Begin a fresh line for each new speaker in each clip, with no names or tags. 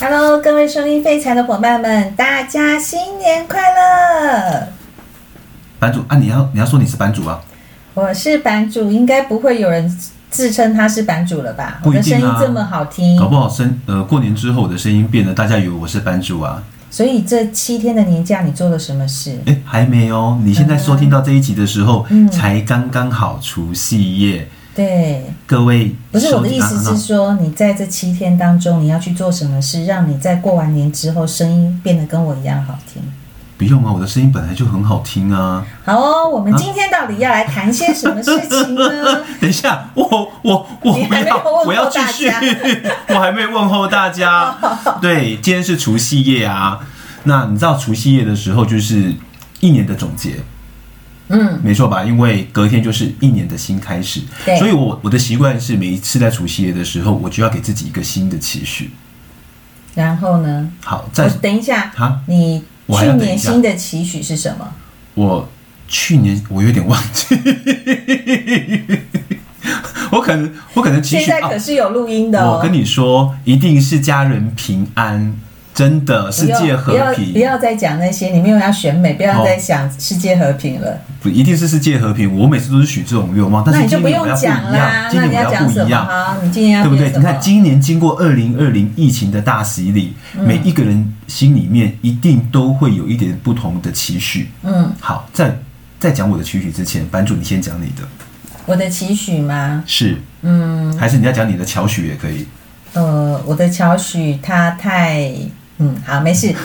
Hello，各位收音废柴的伙伴们，大家新年快乐！
版主啊，你要你要说你是版主啊，
我是版主，应该不会有人自称他是版主了吧？
不
我
一
的
定
声
啊
音这么好听
搞，不好声呃过年之后我的声音变了，大家以为我是版主啊。
所以这七天的年假你做了什么事？
哎，还没哦，你现在收听到这一集的时候，
嗯
才刚刚好除夕夜，
对，
各位
不是
收
我的意思
啊
是
啊
说，你在这七天当中你要去做什么事，让你在过完年之后声音变得跟我一样好听。
啊不用啊，我的声音本来就很好 听啊。
好哦，我们今天到底要来谈些什么事情 呢？
等一下，我我我
你
不
还没有问
要
候，
我要继
大
续
家，
我还没问候 大家。对，今天是除夕夜啊，那你知道除夕夜的时候就是一年的总结，
嗯，
没错吧？因为隔天就是一年的新开始
对，
所以我我的习惯是每一次在除夕夜的时候，我就要给自己一个新的期许。
然后呢？
好，
我
在
等一下，
啊，
你
我还
去
要等
年
一下
新的期许是什么？
我去年我有点忘记， 我可能我可能期
现
许
在
啊
可是有录音的哦。
我跟你说，一定是家人平安，真的世
不要
界和
不要
平，
不要再讲那些，你没有要选美，不要再想世界和平了。
不一定是世界和平。我每次都是许这种愿望，但
那
是
你就
今
不
年
用
我要不一
讲啦
样，，今
那你
年我
讲
不
什
一
么？
样，
好，你今年要
对不
变
对？
什
你看，
么？
今年经过二零二零疫情的大洗礼，
嗯
每一个人心里面一定都会有一点不同的期许。
嗯，
好，在在讲我的期许之前，版主你先讲你的，
我的期许吗？
是
嗯，
还是你要讲你的巧许也可以。
呃，我的乔许他太嗯，好，没事。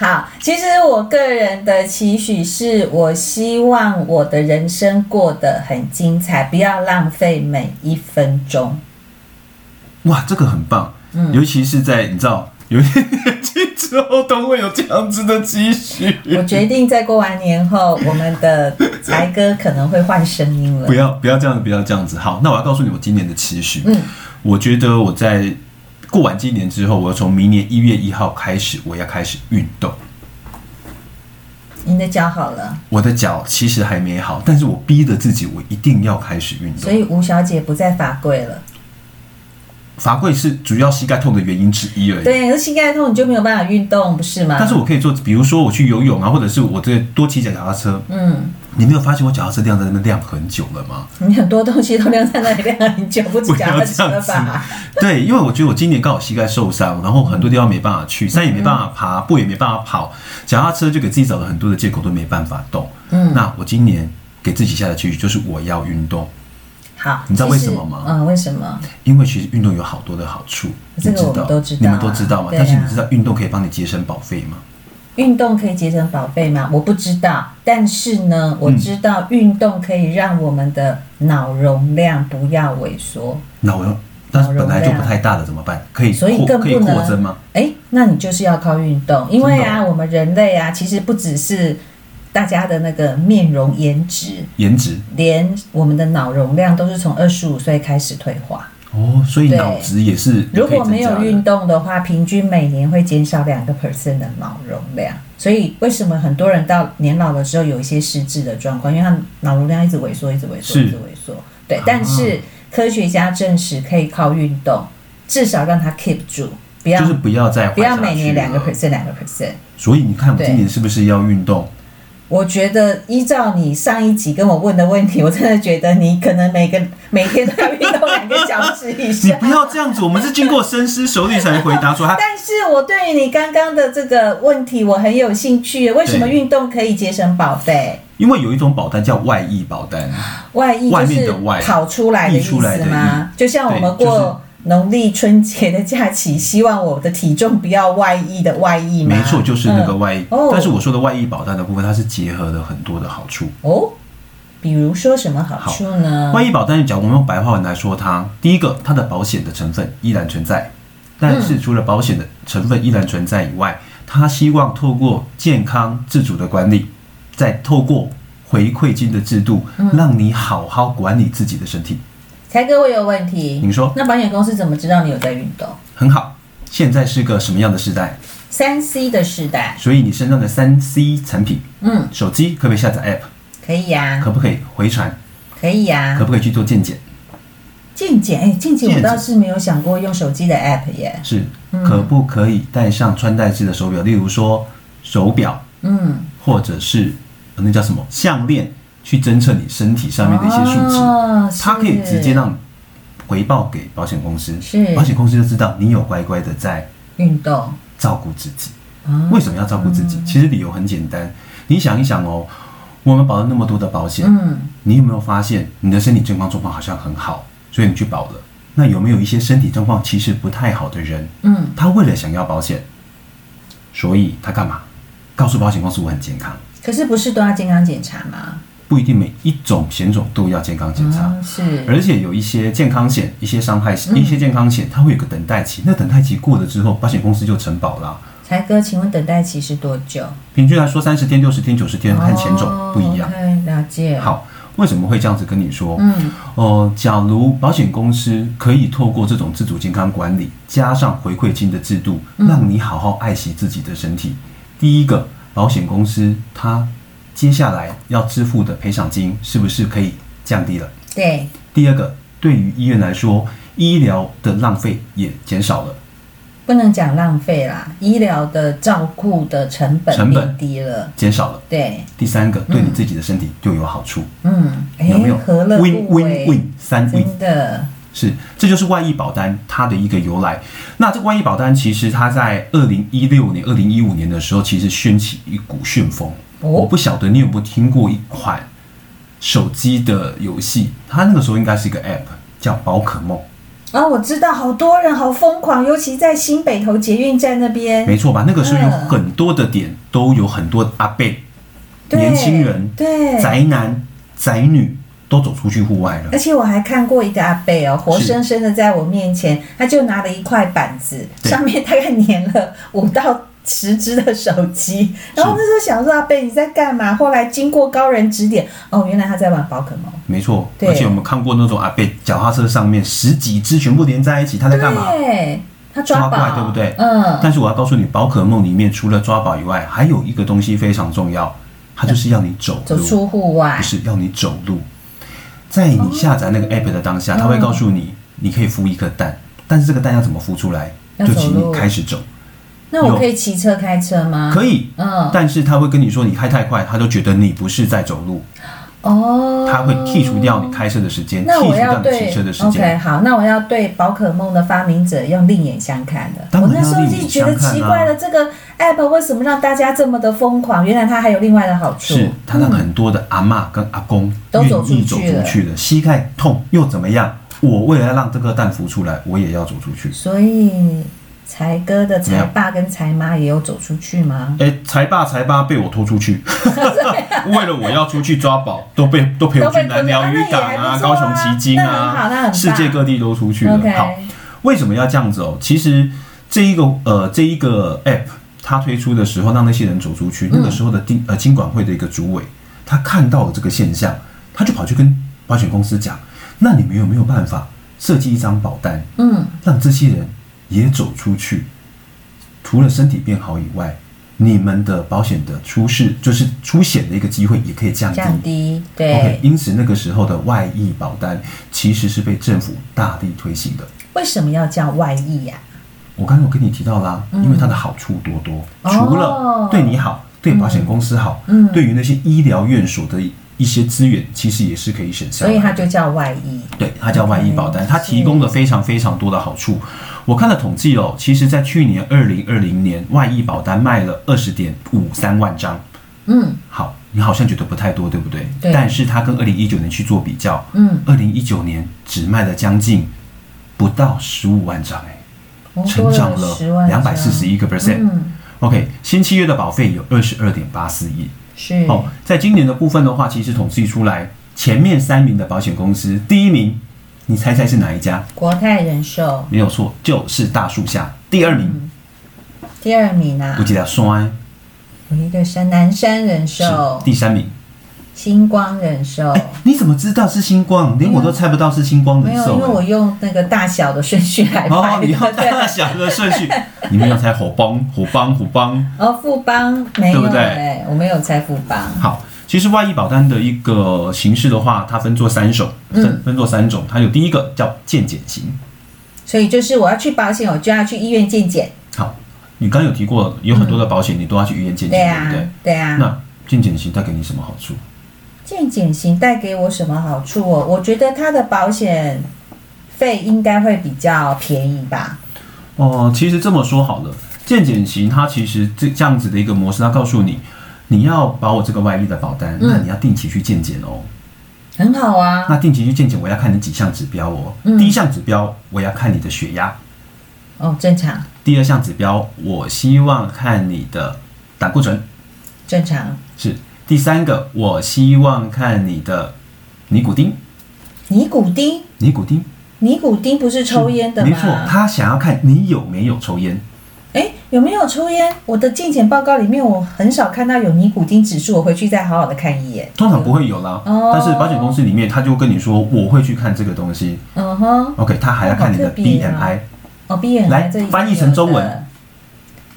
好，其实我个人的期许是，我希望我的人生过得很精彩，不要浪费每一分钟。
哇，这个很棒，
嗯
尤其是在你知道。有一点年纪之后都会有这样子的期许，
我决定在过完年后，我们的才哥可能会换声音了
不。要不要这样，不要这样子。好，那我要告诉你我今年的期许。
嗯，
我觉得我在过完今年之后，我从明年一月一号开始，我要开始运动。
你的脚好了，
我的脚其实还没好，但是我逼着自己，我一定要开始运
所
动。
以吴小姐不再罚跪了。
罚跪是主要膝盖痛的原因之一而已。
对，那膝盖痛你就没有办法运动，不是吗？
但是我可以做，比如说我去游泳啊，或者是我这多骑脚踏车。
嗯，
你没有发现我脚踏车晾在那边晾很久了吗？
你很多东西都晾在那里晾很久，不止
不
脚
要
踏
这
车
样子
吧？。
对，因为我觉得我今年刚好膝盖受伤，然后很多地方没办法
嗯
去，山也没办法爬，步也没办法跑，脚踏车就给自己找了很多的借口，都没办法动。
嗯
那我今年给自己下的期许就是我要运动，
好，
你知道为
其实
什么吗
嗯，为什么？
因为其实运动有好多的好处，
这个
你
我们都知道啊
你们都知道吗？
对啊
但是你知道运动可以帮你节省保费吗？
运动可以节省宝贝吗？我不知道，但是呢，我
嗯
知道运动可以让我们的脑容量不要萎缩，
那我要，但是本来就不太大的怎么办？可以
所以
扩
更
可以
不
扩
能
增吗？？
哎，那你就是要靠运动，因为
真
啊，
的哦
我们人类啊，其实不只是大家的那个面容颜值，
颜值
连我们的脑容量都是从二十五岁开始退化。
哦，所以
对
脑子也是
如果没有运
动，
动的话，平均每年会减少两个 percent 的脑容量。所以为什么很多人到年老的时候有一些失智的状况？因为他脑容量一直萎缩，一直萎缩，
是
一直萎缩。对，但是科学家证实可以靠运动，至少让它 keep 住，不要
就是不要再
不
坏
要
下
每
去
年两个
了。
percent 两个 percent。
所以你看，我
对
今年是不是要运动？
我觉得依照你上一集跟我问的问题，我真的觉得你可能每个每天都要运动两个小时以
你
上
不。要这样子，我们是经过深思熟虑才回 答说 他。
但是我对于你刚刚的这个问题，我很有兴趣。为什么运动可以节省保费？
因为有一种保单叫外溢保单，
外溢
外
就
面
是
的外
跑出来的意
溢出来
思
的
吗？
溢
就像我们
对就是
过农历春节的假期，希望我的体重不要外溢的外溢吗？
没错，就是那个外溢。
嗯哦
但是我说的外溢保单的部分，它是结合了很多的好处。
嗯哦。比如说什么好处呢？
外溢保单，讲我们用白话文来说它，第一个，它的保险的成分依然存在，但是除了保险的成分依然存在以外，它希望透过健康自主的管理，再透过回馈金的制度，让你好好管理自己的身体。
才哥，我有问题。
你说
那保险公司怎么知道你有在运动？
很好，现在是个什么样的时代？
三 C 的时代，
所以你身上的三 C 产品，
嗯，
手机可不可以下载 App？
可以呀、
可不可以回传？
可以呀、
可不可以去做健检？
健检，哎，健检
健
我
检
倒是没有想过用手机的 app 耶。
是
嗯
可不可以戴上穿戴式的手表，例如说手表
嗯，
或者是呃那叫什么项链，去侦测你身体上面的一些数值，
哦
它可以
是
直接让回报给保险公司，
是
保险公司就知道你有乖乖的在
运动。
照顾自己。
啊
为什么要照顾自己？其实理由很简单，你想一想哦，我们保了那么多的保险，
嗯，
你有没有发现你的身体健康状况好像很好，所以你去保了？那有没有一些身体状况其实不太好的人，
嗯，
他为了想要保险，所以他干嘛？告诉保险公司我很健康，
可是不是都要健康检查吗？
不一定每一种险种都要健康检查。
啊是，
而且有一些健康险、一些伤害
嗯
险、一些健康险，它会有个等待期。那等待期过了之后，保险公司就承保啦、啊
才哥，请问等待期是多久？
平均来说，三十天、六十天、九十天，看险种不一样
哦。OK，了解。，
好，为什么会这样子跟你说？
嗯，
呃，假如保险公司可以透过这种自主健康管理，加上回馈金的制度，
嗯
让你好好爱惜自己的身体。第一个，保险公司它接下来要支付的赔偿金是不是可以降低了？
对，
第二个，对于医院来说，医疗的浪费也减少了。
不能讲浪费啦，医疗的照顾的成本
成本
变低了。
减少了。
对，
第三个，对你自己的身体就有好处，
嗯，哎，
有没有
嗯何乐
？Win
不
Win
为嗯
Win 三 Win
真的，
是，这就是外溢保单它的一个由来。那这个外溢保单其实它在二零一六年、二零一五年的时候，其实掀起一股旋风。
哦
我不晓得你有没有听过一款手机的游戏，它那个时候应该是一个 App，叫宝可梦。
啊、我知道好多人好疯狂，尤其在新北投捷运站那边，
没错吧？那个时候有
嗯
很多的点都有很多阿贝、
对
年轻人、
对，哎
宅男、宅女都走出去户外了
而。且我还看过一个阿贝哦，活生生的在我面前，他就拿了一块板子，
对
上面大概粘了五到十只的手机。然后那时候想说阿贝你在干嘛？后来经过高人指点，哦，原来他在玩宝可梦。
没错，
对
而且我们看过那种阿贝脚踏车上面十几只全部连在一起，他在干嘛？
对，他抓
抓
宝，
怪对不对
嗯，
但是我要告诉你，宝可梦里面除了抓宝以外，还有一个东西非常重要，它就是要你走
走
路，
出户外
不，是要你走路。在你下载那个 app 的当
哦
下，它会告诉你，你可以孵一颗蛋，但是这个蛋要怎么孵出来，
要
就
走
请
路
你开始走，
那我可以骑车开车吗？
可，以。
嗯，
但是它会跟你说，你开太快，它就觉得你不是在走路，
哦，
它会剔除掉你开车的时间，
那
剔
我
除
要
掉你
对
骑车的时
OK
间。
好，那我要对宝可梦的发明者用另眼相看的。
当
我
然
那时候
要
就
另眼
觉得
相看
奇
啊
怪了，这个 app 为什么让大家这么的疯狂？原来它还有另外的好处。
是，它让很多的阿嬷跟阿公
嗯都
愿
走出
意走
去了
出去了，膝盖痛又怎么样？我为了要让这颗蛋孵出来，我也要走出去。
所以才哥的
没
才
有
爸跟才妈也有走出去吗？
哎，财爸财爸被我拖 出去，
啊
为了我要出去抓宝，都被都陪我去南寮渔港啊、
都被
高
拖出去
雄旗津
那很好那很
啊，
棒
世界各地都出去了
OK。
好，为什么要这样子哦？其实这一个呃这一个 app 它推出的时候，让那些人走出去，那
嗯
个时候的金呃金管会的一个主委，他看到了这个现象，他就跑去跟保险公司讲：，那你们有没有办法设计一张保单，
嗯，
让这些人也走出去。除了身体变好以外，你们的保险的出事就是出险的一个机会也可以降低。
降低
OK，
对。
因此那个时候的外溢保单其实是被政府大力推行的。
为什么要叫外溢呀、
我刚刚有跟你提到啦，因为它的好处多多，
嗯哦
除了对你好，对保险公司好，
嗯
对于那些医疗院所的一些资源，其实也是可以省下
所
来的。
以它就叫外溢。
对，它叫外医保单
OK，，
它提供了非常非常多的好处。我看了统计哦，其实在去年二零二零年，外医保单卖了二十点五三万张。
嗯
好，你好像觉得不太多，对不对？
对
但是它跟二零一九年去做比较，
嗯，
二零一九年只卖了将近不到十五万张，哎，成长
十万
了两百四十
一。
一个 percent。
嗯，
OK，新契约的保费有二十二点八四亿。
是。
哦，在今年的部分的话，其实统计出来，前面三名的保险公司，第一名，你猜猜是哪一家？
国泰人寿
没有错，就是大树下。第二
嗯
名，
第二名啊
我，记得双安
有一个山南山人
是
寿。
第三名。
星光人寿。
哎、你怎么知道是星光？连我都猜不到是星光
没
人
有，因
寿、
为我
哎
用那个大小的顺序来
哦，
排的，
你要 大
对。
小的顺序，你们要 猜火帮、火帮、火帮。
哦，富邦没有
对不对
哎，我没有猜富邦。
好，其实外医保单的一个形式的话，它分作三种，
嗯
分分作三种，它有第一个叫健检型。
所以就是我要去保险，我就要去医院健检，
好，你刚刚有提过，有很多的保险你都要去医院健
对
检，对不
啊
对？，
对啊。
那健检型它给你什么好处？
健检型带给我什么好处哦？我觉得它的保险费应该会比较便宜吧。
哦，其实这么说好了，健检型它其实这这样子的一个模式，它告诉你，你要把我这个外力的保单，
嗯
那你要定期去健检哦。
很好啊，
那定期去健检，我要看你几项指标哦。
嗯
第一项指标，我要看你的血压；
哦，正常，
第二项指标，我希望看你的胆固醇；
正常。
是第三个，我希望看你的尼古丁。
尼古丁，
尼古丁
尼古丁不是抽烟的吗？
没错，他想要看你有没有抽烟。
哎，有没有抽烟？我的健检报告里面我很少看到有尼古丁指数，我回去再好好的看一眼。
通常不会有啦，
哦
但是保险公司里面他就跟你说我会去看这个东西
嗯哼，
，OK，他还要看你
好
的
特别啊
BMI
哦，闭眼
来
这里
翻译成中文
有的，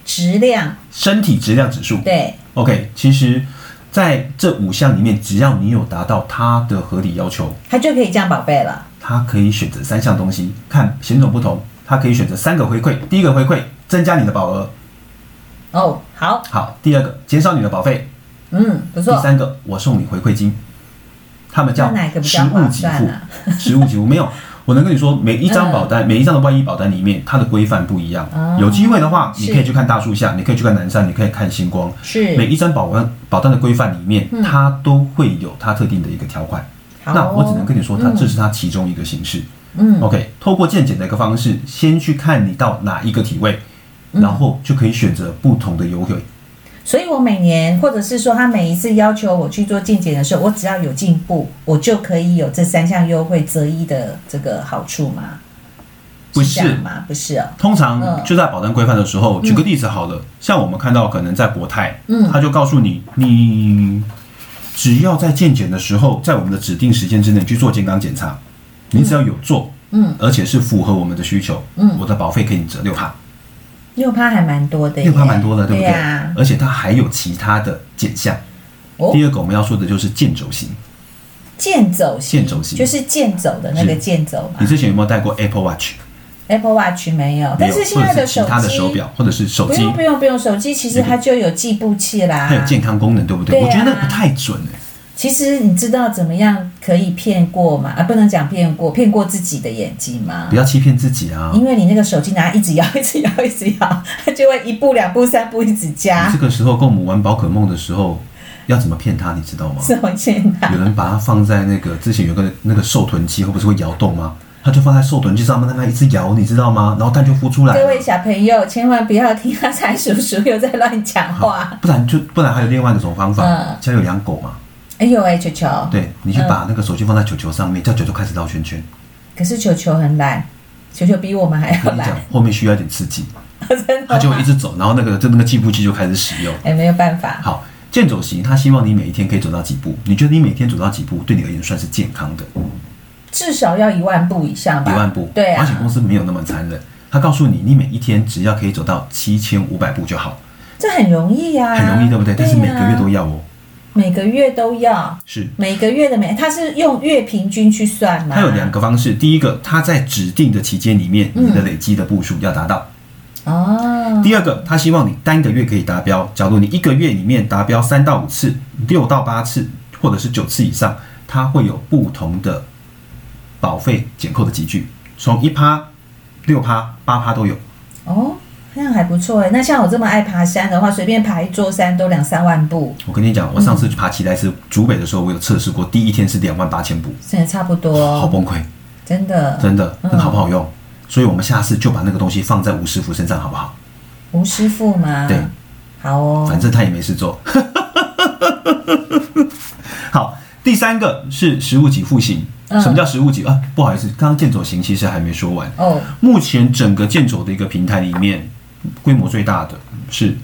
质量
身体质量指数
对，
，OK，其实在这五项里面，只要你有达到他的合理要求，
它就可以降保费了。
他可以选择三项东西，看险种不同，他可以选择三个回馈，第一个回馈增加你的保额，
哦，好，
好，第二个减少你的保费，
嗯，不
第
错。
三个我送你回馈金，他们叫
那哪个比
实
较
物
划
给
算
付，
啊？ 嗯
实物给付没有。我能跟你说，每一张保单，每一张的外医保单里面，它的规范不一样。
哦
有机会的话，你
是
可以去看大树下，你可以去看南山，你可以看星光。
是，
每一张保单保单的规范里面，
嗯
它都会有它特定的一个条款。
好哦
那我只能跟你说，它
嗯
这是它哦其中一个形式。
嗯
OK，透过健检的一个方式，先去看你到哪一个体位，
嗯
然后就可以选择不同的优惠。
所以我每年或者是说他每一次要求我去做健检的时候，我只要有进步，我就可以有这三项优惠择一的这个好处吗？
不
是这
是
样吗？不是哦，
通常
嗯
就在保单规范的时候，举个例子好了，像我们看到可能在国泰，
嗯
他就告诉你，你只要在健检的时候，在我们的指定时间之内去做健康检查，你只要有做，
嗯，
而且是符合我们的需求，
嗯
我的保费给你折六趴，
六趴还蛮多的耶，
六趴蛮多的，对不对？
呀、
而且它还有其他的检项。
哦
第二个我们要说的就是健走型，
健走型，
健走型
就是健走的那个
是
健走嘛
你。之前有没有戴过 Apple Watch？
Apple Watch 没有，
没
哦但
有，
是现
或
在
者
的
是其
手
他的
机
手表，或者是手
不
机，
用不用不用，手机其实它就有计步器啦。
它有健康功能，对不对？
对啊嗯
我觉得那不太准哎、
其实你知道怎么样可以骗过吗？啊，不能讲骗过，骗过自己的眼睛吗
不？要欺骗自己啊！
因为你那个手机拿一直摇， 一直摇，一直摇，它就会一步、两步、三步一直
你
加
这，个时候跟我们玩宝可梦的时候，要怎么骗他，你知道吗？
是啊很简单。
有人把它放在那个之前有个那个寿臀器，后不是会摇动吗？他就放在寿臀器上面，让它一直摇，你知道吗？然后蛋就孵出来
各位
了，
小朋友，千万不要听阿才叔叔又在乱讲话。
不然就不然还有另外一种方法
嗯，
家有养狗嘛，
哎呦喂，球球，
对
嗯
你去把那个手机放在球球上面，叫球球开始绕圈圈。
可是球球很懒，球球比我们还要
跟你讲
懒，，
后面需要一点刺激，
真
它
的
就会一
吗。
直走，然后那个就那个计步器就开始使用。
哎，没有办法，
好，健走型，它希望你每一天可以走到几步，你觉得你每天走到几步，对你而言算是健康的？
至少要一万步以上吧。
一万步，
对
保险公
啊，
司没有那么残忍，他告诉你，你每一天只要可以走到七千五百步就好，
这很容易呀、啊，
很容易，对不对？但是每个月
啊
都要哦，
每个月都要，
是。
每个月的每，它是用月平均去算吗？
它有两个方式，第一个，它在指定的期间里面，
嗯
你的累积的步数要达到；
哦，
第二个，它希望你单个月可以达标。假如你一个月里面达标三到五次、六到八次，或者是九次以上，它会有不同的保费减扣的集聚，从一趴、六趴、八趴都有。
哦，那样还不错哎。那像我这么爱爬山的话，随便爬一座山都两三万步，
我跟你讲，我上次去爬奇莱斯竹北的时候，我有测试过，第一天是两万八千步，
真的差不
好
多，
崩溃，
真的。
真的，那
哦嗯
个好不好用？所以我们下次就把那个东西放在吴师傅身上，好不好？
吴师傅吗？
对，
好哦。
反正他也没事做。 好，第三个是食物给付型。
嗯
什么叫食物给？啊，不好意思，刚刚健走型其实还没说完。
哦，
目前整个健走的一个平台里面，规模最大的是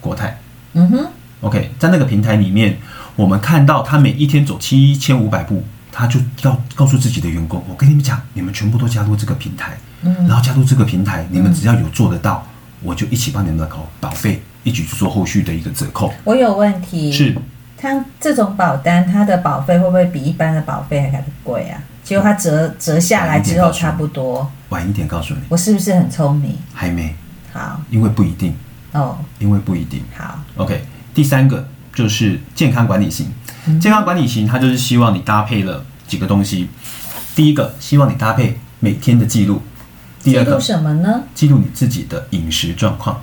国泰。
嗯哼，
OK，在那个平台里面，我们看到他每一天走七千五百步，他就要告诉自己的员工：“我跟你们讲，你们全部都加入这个平台，
嗯
然后加入这个平台，你们只要有做得到，我就一起帮你们的保保费一起去做后续的一个折扣。
我有问题。
是，
它这种保单，它的保费会不会比一般的保费还来得贵啊？结果它折折下来之后差不多，
晚一点告诉你，
我是不是很聪明？
还没，
好
因为不一定，
哦，
因为不一定。
好，
OK，第三个就是健康管理型。
嗯
健康管理型，它就是希望你搭配了几个东西。第一个，希望你搭配每天的记录；第二
记录
个，
什么呢？
记录你自己的饮食状况。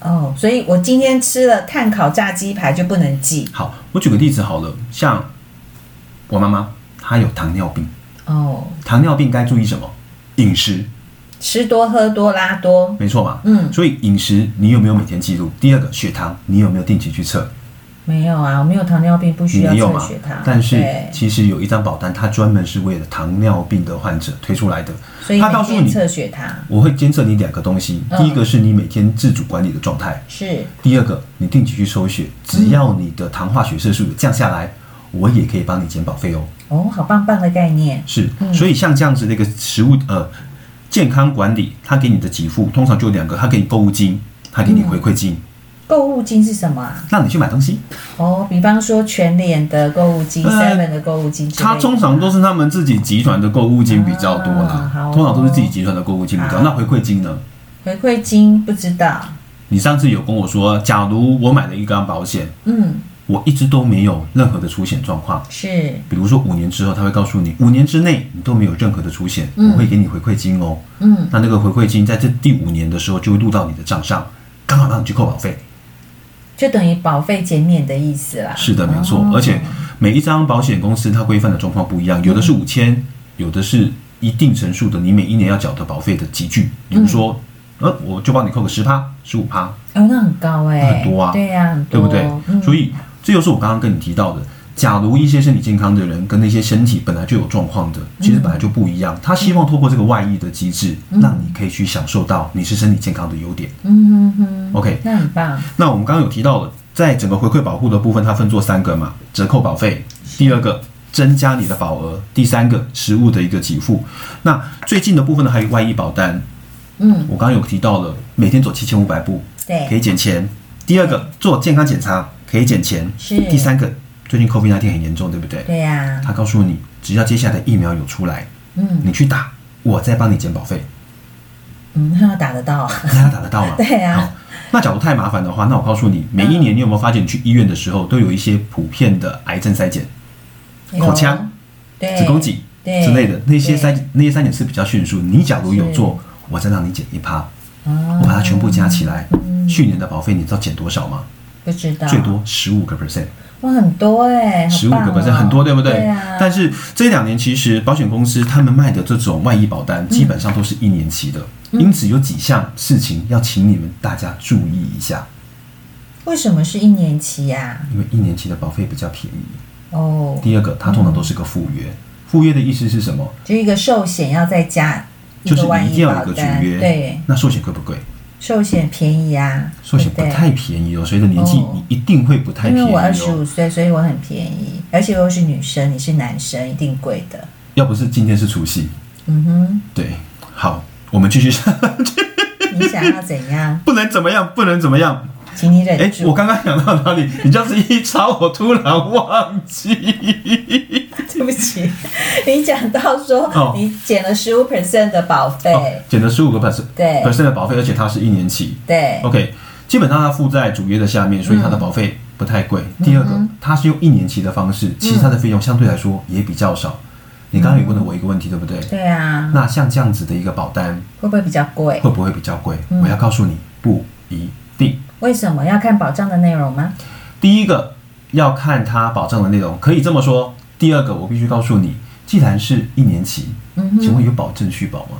哦，所以我今天吃了碳烤炸鸡排就不能记
好，我举个例子好了，像我妈妈，她有糖尿病，
哦，
糖尿病该注意什么？饮食，
吃多喝多拉多，
没错嘛。
嗯
所以饮食你有没有每天记录？第二个，血糖你有没有定期去测？
没有啊，我没有糖尿病，不需
你
要
没有
测
嘛
血糖，，
但是
对
其实有一张保单，它专门是为了糖尿病的患者推出来的
所以。
它告
每
诉
天
你，
测血糖
我会监测你两个东西，
嗯
第一个是你每天自主管理的状态，
是
第二个你定期去抽血，只要你的糖化血色素有降下来，我也可以帮你减保费哦。
哦，好棒棒的概念，
是，所以像这样子的一个食物呃健康管理，它给你的给付通常就有两个，它给你购物金，它给你回馈金，
购物金是什么啊？
让你去买东西。
哦，比方说全脸的购物金、
呃
Seven 的购物金之类的，
它通常都是他们自己集团的购物金比较多
啊
啦，
好哦
通常都是自己集团的购物金比较。
好
那回馈金呢？
回馈金不知道，
你上次有跟我说，假如我买了一张保险，
嗯，
我一直都没有任何的出险状况，
是
比如说五年之后，他会告诉你，五年之内你都没有任何的出险，
嗯
我会给你回馈金哦。
嗯，
那那个回馈金在这第五年的时候就会入到你的账上，刚好让你去扣保费。
就等于保费减免的意思啦。
是的，没错
哦。
而且每一张保险公司它规范的状况不一样，有的是五千，有的是一定程数的，你每一年要缴的保费的集聚。比如
嗯
说，呃，我就帮你扣个十趴、十五趴，
哦，那很高哎、
那很多啊
对呀、很
对
多，
不对？
嗯、
所以这就是我刚刚跟你提到的。假如一些身体健康的人跟那些身体本来就有状况的，
嗯
其实本来就不一样。他希望透过这个外溢的机制，让你可以去享受到你是身体健康的优点。
嗯哼哼，
OK，
那很棒，
那我们刚刚有提到了，在整个回馈保护的部分，它分做三个嘛：折扣保费，第二个增加你的保额，第三个实物的一个给付。那最近的部分呢，还有外溢保单，
嗯，
我刚刚有提到了，每天走七千五百步可
对，
以减钱；第二个做健康检查可以减钱；
是
第三个最近 COVID 1 9很严重，对不对？
对呀、
他告诉你，只要接下来疫苗有出来，
嗯
你去打，我再帮你减保费，
嗯，他要打得到啊，
大家打得到吗？
对啊
好。那假如太麻烦的话，那我告诉你，每一年你有没有发现，你去医院的时候都有一些普遍的癌症筛检、 口腔、
有，对，
子宫颈
对
之类的那
对
些筛那些筛检是比较迅速。你假如有
是
做，我再让你减一趴，
哦
我把它全部加起来，
嗯
去年的保费你知道减多少吗？
不知道，
最多十五个 percent，
哇，很多哎、好
十五个
棒
percent
哦
很多，对不
对？
对？
啊，
但是这两年其实保险公司他们卖的这种外溢保单，
嗯
基本上都是一年期的，因此有几项事情要请你们大家注意一下。
为什么是一年期呀、
因为一年期的保费比较便宜。
哦，
第二个，它通常都是个附约。附约的意思是什么？
就一个寿险要再加一
就是
个万
你一定
一
要有
保
一个主
单，
约。
对，
那寿险贵不贵？
寿险便宜啊，
寿险不
对对
太便宜哦，随着年纪
哦
你一定会不太
因
便
为
宜
我二十
哦。
五岁，所以我很便宜，而且我又是女生，你是男生，一定贵的。
要不是今天是除夕，
嗯哼，
对，好，我们继续，
你想要怎样，
不能怎么样，不能怎么样。
请你
哎
忍，
我
住。
刚刚讲到 哪里？你这样子一查，我突然忘记。
对不起， 你讲到说
哦
你减了十五 percent 的保费，
哦减了十五个 percent
对
percent 的保费，而且它是一年期。
对，嗯
OK，基本上它附在主约的下面，所以它的保费不太贵。第二个，它是用一年期的方
嗯
式，其实它的费用相对来说也比较少。你刚刚也问了我一个问题，对不对？
嗯对啊，
那像这样子的一个保单
会不会比较贵？
会不会比较贵？
嗯
我要告诉你，不一定。
为什么要看保障的内容吗？
第一个要看它保障的内容，可以这么说。第二个，我必须告诉你，既然是一年期，
嗯哼
请问有保证续保吗？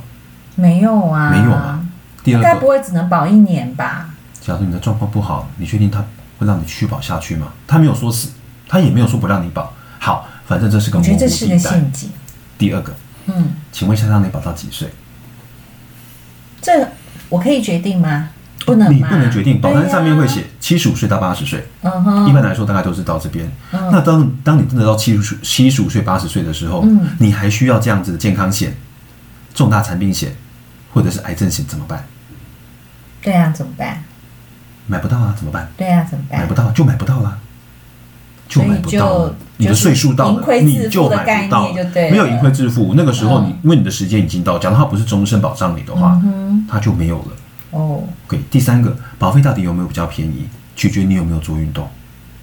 没有啊，
没有嘛。第
应
二
该不
个，
会只能保一年吧？
假如你的状况不好，你确定他会让你续保下去吗？他没有说死，他也没有说不让你保。好，反正这是个
我
模
觉
糊
得这是个
地带。
陷阱。
第二个，
嗯，
请问一下，让你保到几岁？
这我可以决定吗？不能
哦你
吗？
不能决定。保单上面会
对
写七十五岁到八十岁，
呀。嗯哼。
一般来说大概都是到这边。
嗯
那当当你真的到七十七十五岁、八十岁的时候，
嗯
你还需要这样子的健康险、重大残病险或者是癌症险怎么办？
对啊，怎么办？
买不到啊，怎么办？
对啊，怎么
买
办
不？到就买不到啦、就买不到了
所以就。
你的岁数到
盈
了，
亏
你
自
就
负的
买
概
不到
念
了
就对了，嗯
没有盈亏自负，那个时候你因为你的时间已经到，假如它不是终身保障你的话，它就没有了。
嗯哦，
OK，第三个，保费到底有没有比较便宜，取决你有没有做运动。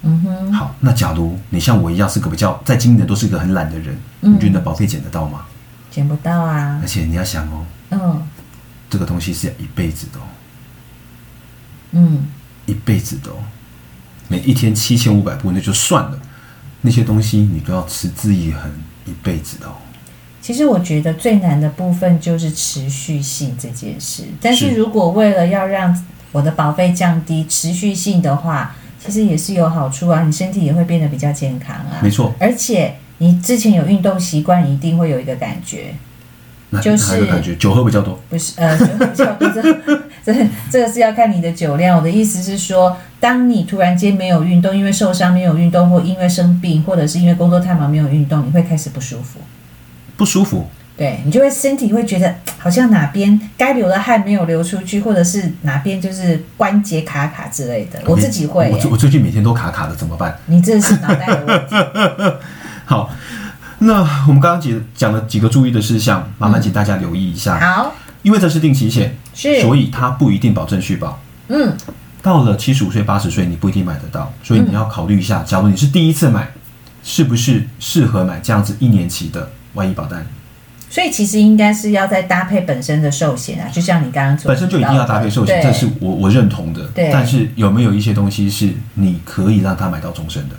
嗯哼，
好，那假如你像我一样是个比较在今年都是个很懒的人，
嗯
你觉得你的保费减得到吗？
捡不到啊
而，且你要想哦，
嗯
这个东西是要一辈子的哦，
嗯，
一辈子的哦，每一天七千五百步那就算了，那些东西你都要持之以恒一辈子的哦。
其实我觉得最难的部分就是持续性这件事，但是
是
如果为了要让我的保费降低，持续性的话，其实也是有好处啊，你身体也会变得比较健康啊，
没错，
而且你之前有运动习惯，你一定会有一个感觉，
那
就是
哪有感觉酒喝比较多，
不是呃，这这这个是要看你的酒量。我的意思是说，当你突然间没有运动，因为受伤没有运动，或因为生病，或者是因为工作太忙没有运动，你会开始不舒服。
不舒服，
对你就会身体会觉得好像哪边该流的汗没有流出去，或者是哪边就是关节卡卡之类的。我自己会、
我最
欸，
我最近每天都卡卡的，怎么办？
你这是脑袋有 问题。
好，那我们刚刚几讲了几个注意的事项，麻
嗯
烦请大家留意一下，
好，
因为这是定期险，
是
所以它不一定保证续保。
嗯，
到了七十五岁、八十岁，你不一定买得到，所以你要考虑一下，假如你是第一次买，是不是适合买这样子一年期的万一保单？
所以其实应该是要再搭配本身的寿险啊，就像你刚刚所
本身就一定要搭配寿险，
提到
这
的
是我我认同的。
对
但是有没有一些东西是你可以让它买到终身的？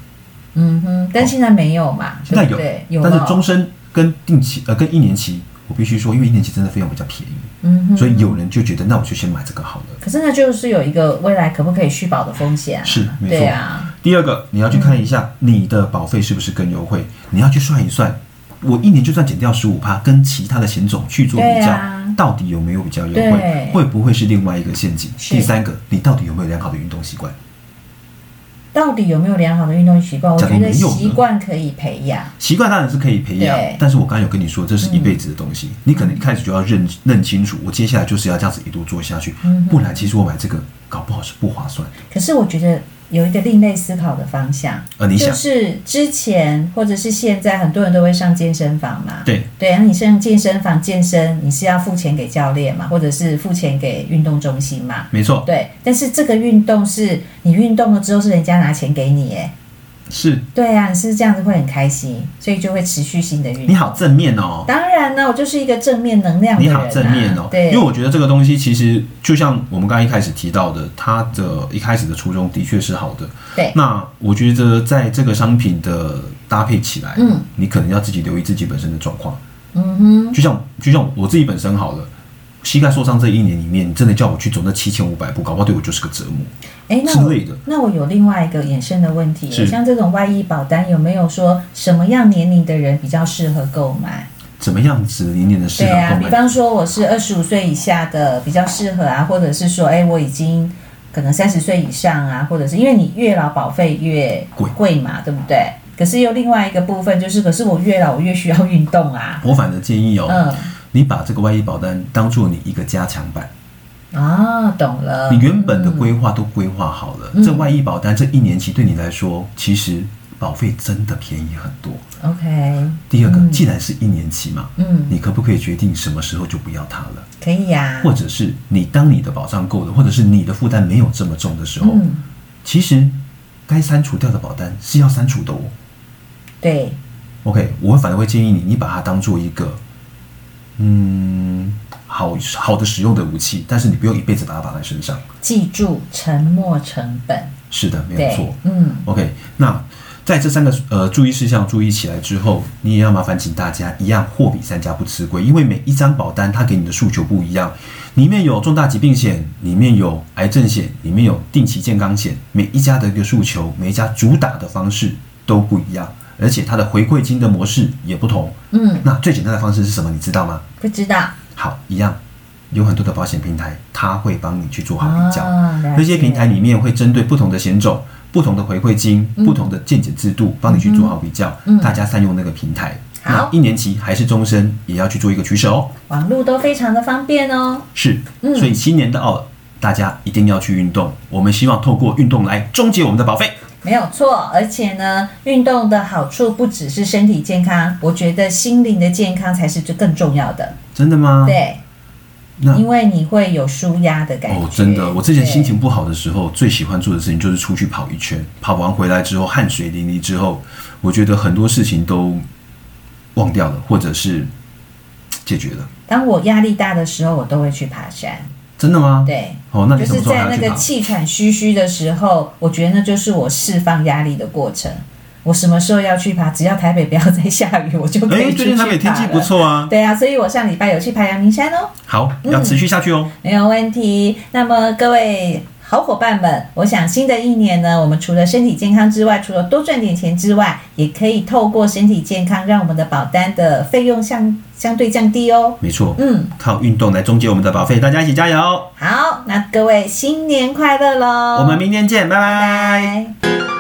嗯哼，但现在没有嘛，
现在
对
有
不对，有
但是
了
终身跟定期呃跟一年期，我必须说，因为一年期真的费用比较便宜，
嗯哼，
所以有人就觉得那我就先买这个好了。
可是那就是有一个未来可不可以续保的风险啊，
是没错
对啊，
第二个，你要去看一下
嗯
你的保费是不是更优惠，你要去算一算，我一年就算减掉十五趴，跟其他的险种去做比
对
较，
啊
到底有没有比较优惠
对？
会不会是另外一个陷阱？
是
第三个，你到底有没有良好的运动习惯？
到底有没有良好的运动习惯？我
假如
觉得
没有呢
习惯可以培养，
习惯当然是可以培养
对，嗯
但是我刚刚有跟你说，这是一辈子的东西，你可能一开始就要认认清楚，我接下来就是要这样子一路做下去，
嗯
不然其实我买这个搞不好是不划算的。
可是我觉得有一个另类思考的方向，
呃你想
就是之前或者是现在，很多人都会上健身房嘛。
对
对，那你上健身房健身，你是要付钱给教练嘛，或者是付钱给运动中心嘛？
没错，
对，但是这个运动是你运动了之后是人家拿钱给你，哎，
是
对啊，你是这样子会很开心，所以就会持续性的运动。
你好正面哦。
当然啦，我就是一个正面能量的
你
人、啊。
好正面哦，
对，
因为我觉得这个东西其实就像我们刚刚一开始提到的，它的一开始的初衷的确是好的。
对
那我觉得在这个商品的搭配起来，
嗯，
你可能要自己留意自己本身的状况。
嗯哼，
就像就像我自己本身好了，膝盖受伤这一年里面，你真的叫我去走那七千五百步，搞不好对我就是个折磨。
哎，那
之
我
类的
那我有另外一个衍生的问题，
是
像这种外医保单有没有说什么样年龄的人比较适合购买？
怎么样子年年的适
对
合
啊，
购
比
买？
方说我是二十五岁以下的比较适合啊，或者是说，哎，我已经可能三十岁以上啊，或者是因为你越老保费越
贵
贵嘛，对不对？可是又另外一个部分就是，可是我越老我越需要运动啊，
我反而建议哦，
嗯。
你把这个外医保单当做你一个加强版。
啊，懂了。
你原本的规划都规划好了，
嗯
这外医保单这一年期对你来说，其实保费真的便宜很多。
OK，
第二个，既然是一年期嘛，
嗯，
你可不可以决定什么时候就不要它了？
可以呀、
或者是你当你的保障够了，或者是你的负担没有这么重的时候，
嗯，
其实该删除掉的保单是要删除的哦。
对，
OK，我反而会建议你，你把它当做一个，嗯，好好的使用的武器，但是你不用一辈子把它绑在身上。
记住沉没成本。
是的，没有错
对。，嗯，
OK，那在这三个呃注意事项注意起来之后，你也要麻烦请大家一样货比三家不吃亏，因为每一张保单它给你的诉求不一样，里面有重大疾病险，里面有癌症险，里面有定期健康险，每一家的一个诉求，每一家主打的方式都不一样，而且它的回馈金的模式也不同。
嗯，
那最简单的方式是什么？你知道吗？
不知道
好，一样，有很多的保险平台，它会帮你去做好比较。
啊。了
那些平台
解，
里面会针对不同的险种、不同的回馈金、
嗯
不同的健检制度，帮你去做好比较，大家善用那个平台。
好
那一年期还是终身，也要去做一个取舍哦。
网络都非常的方便哦。
是，
嗯
所以新年到了，大家一定要去运动。我们希望透过运动来终结我们的保费。
没有错，而且呢，运动的好处不只是身体健康，我觉得心灵的健康才是最更重要的。
真的吗？，
对，
啊那
因为你会有舒压的感觉。
哦，真的，我之前
对
心情不好的时候，最喜欢做的事情就是出去跑一圈，跑完回来之后汗水淋漓之后，我觉得很多事情都忘掉了，或者是解决了。
当我压力大的时候，我都会去爬山。
真的吗？。
对，
哦，那你
就
什
是
么时候
在
还要
那
去
个
爬？
气喘吁吁的时候，我觉得那就是我释放压力的过程。我什么时候要去爬？只要台北不要再下雨，我 就可以
哎，
出
最
去
近
爬了。
台北天气不错啊，
对啊，所以我上礼拜有去爬阳明山哦。
好，要持续下去哦。
没有问题。那么各位好伙伴们，我想新的一年呢，我们除了身体健康之外，除了多赚点钱之外，也可以透过身体健康，让我们的保单的费用相相对降低哦。
没错，
嗯，
靠运动来终结我们的保费，大家一起加油！
好，那各位新年快乐喽！
我们明天见，拜拜
拜。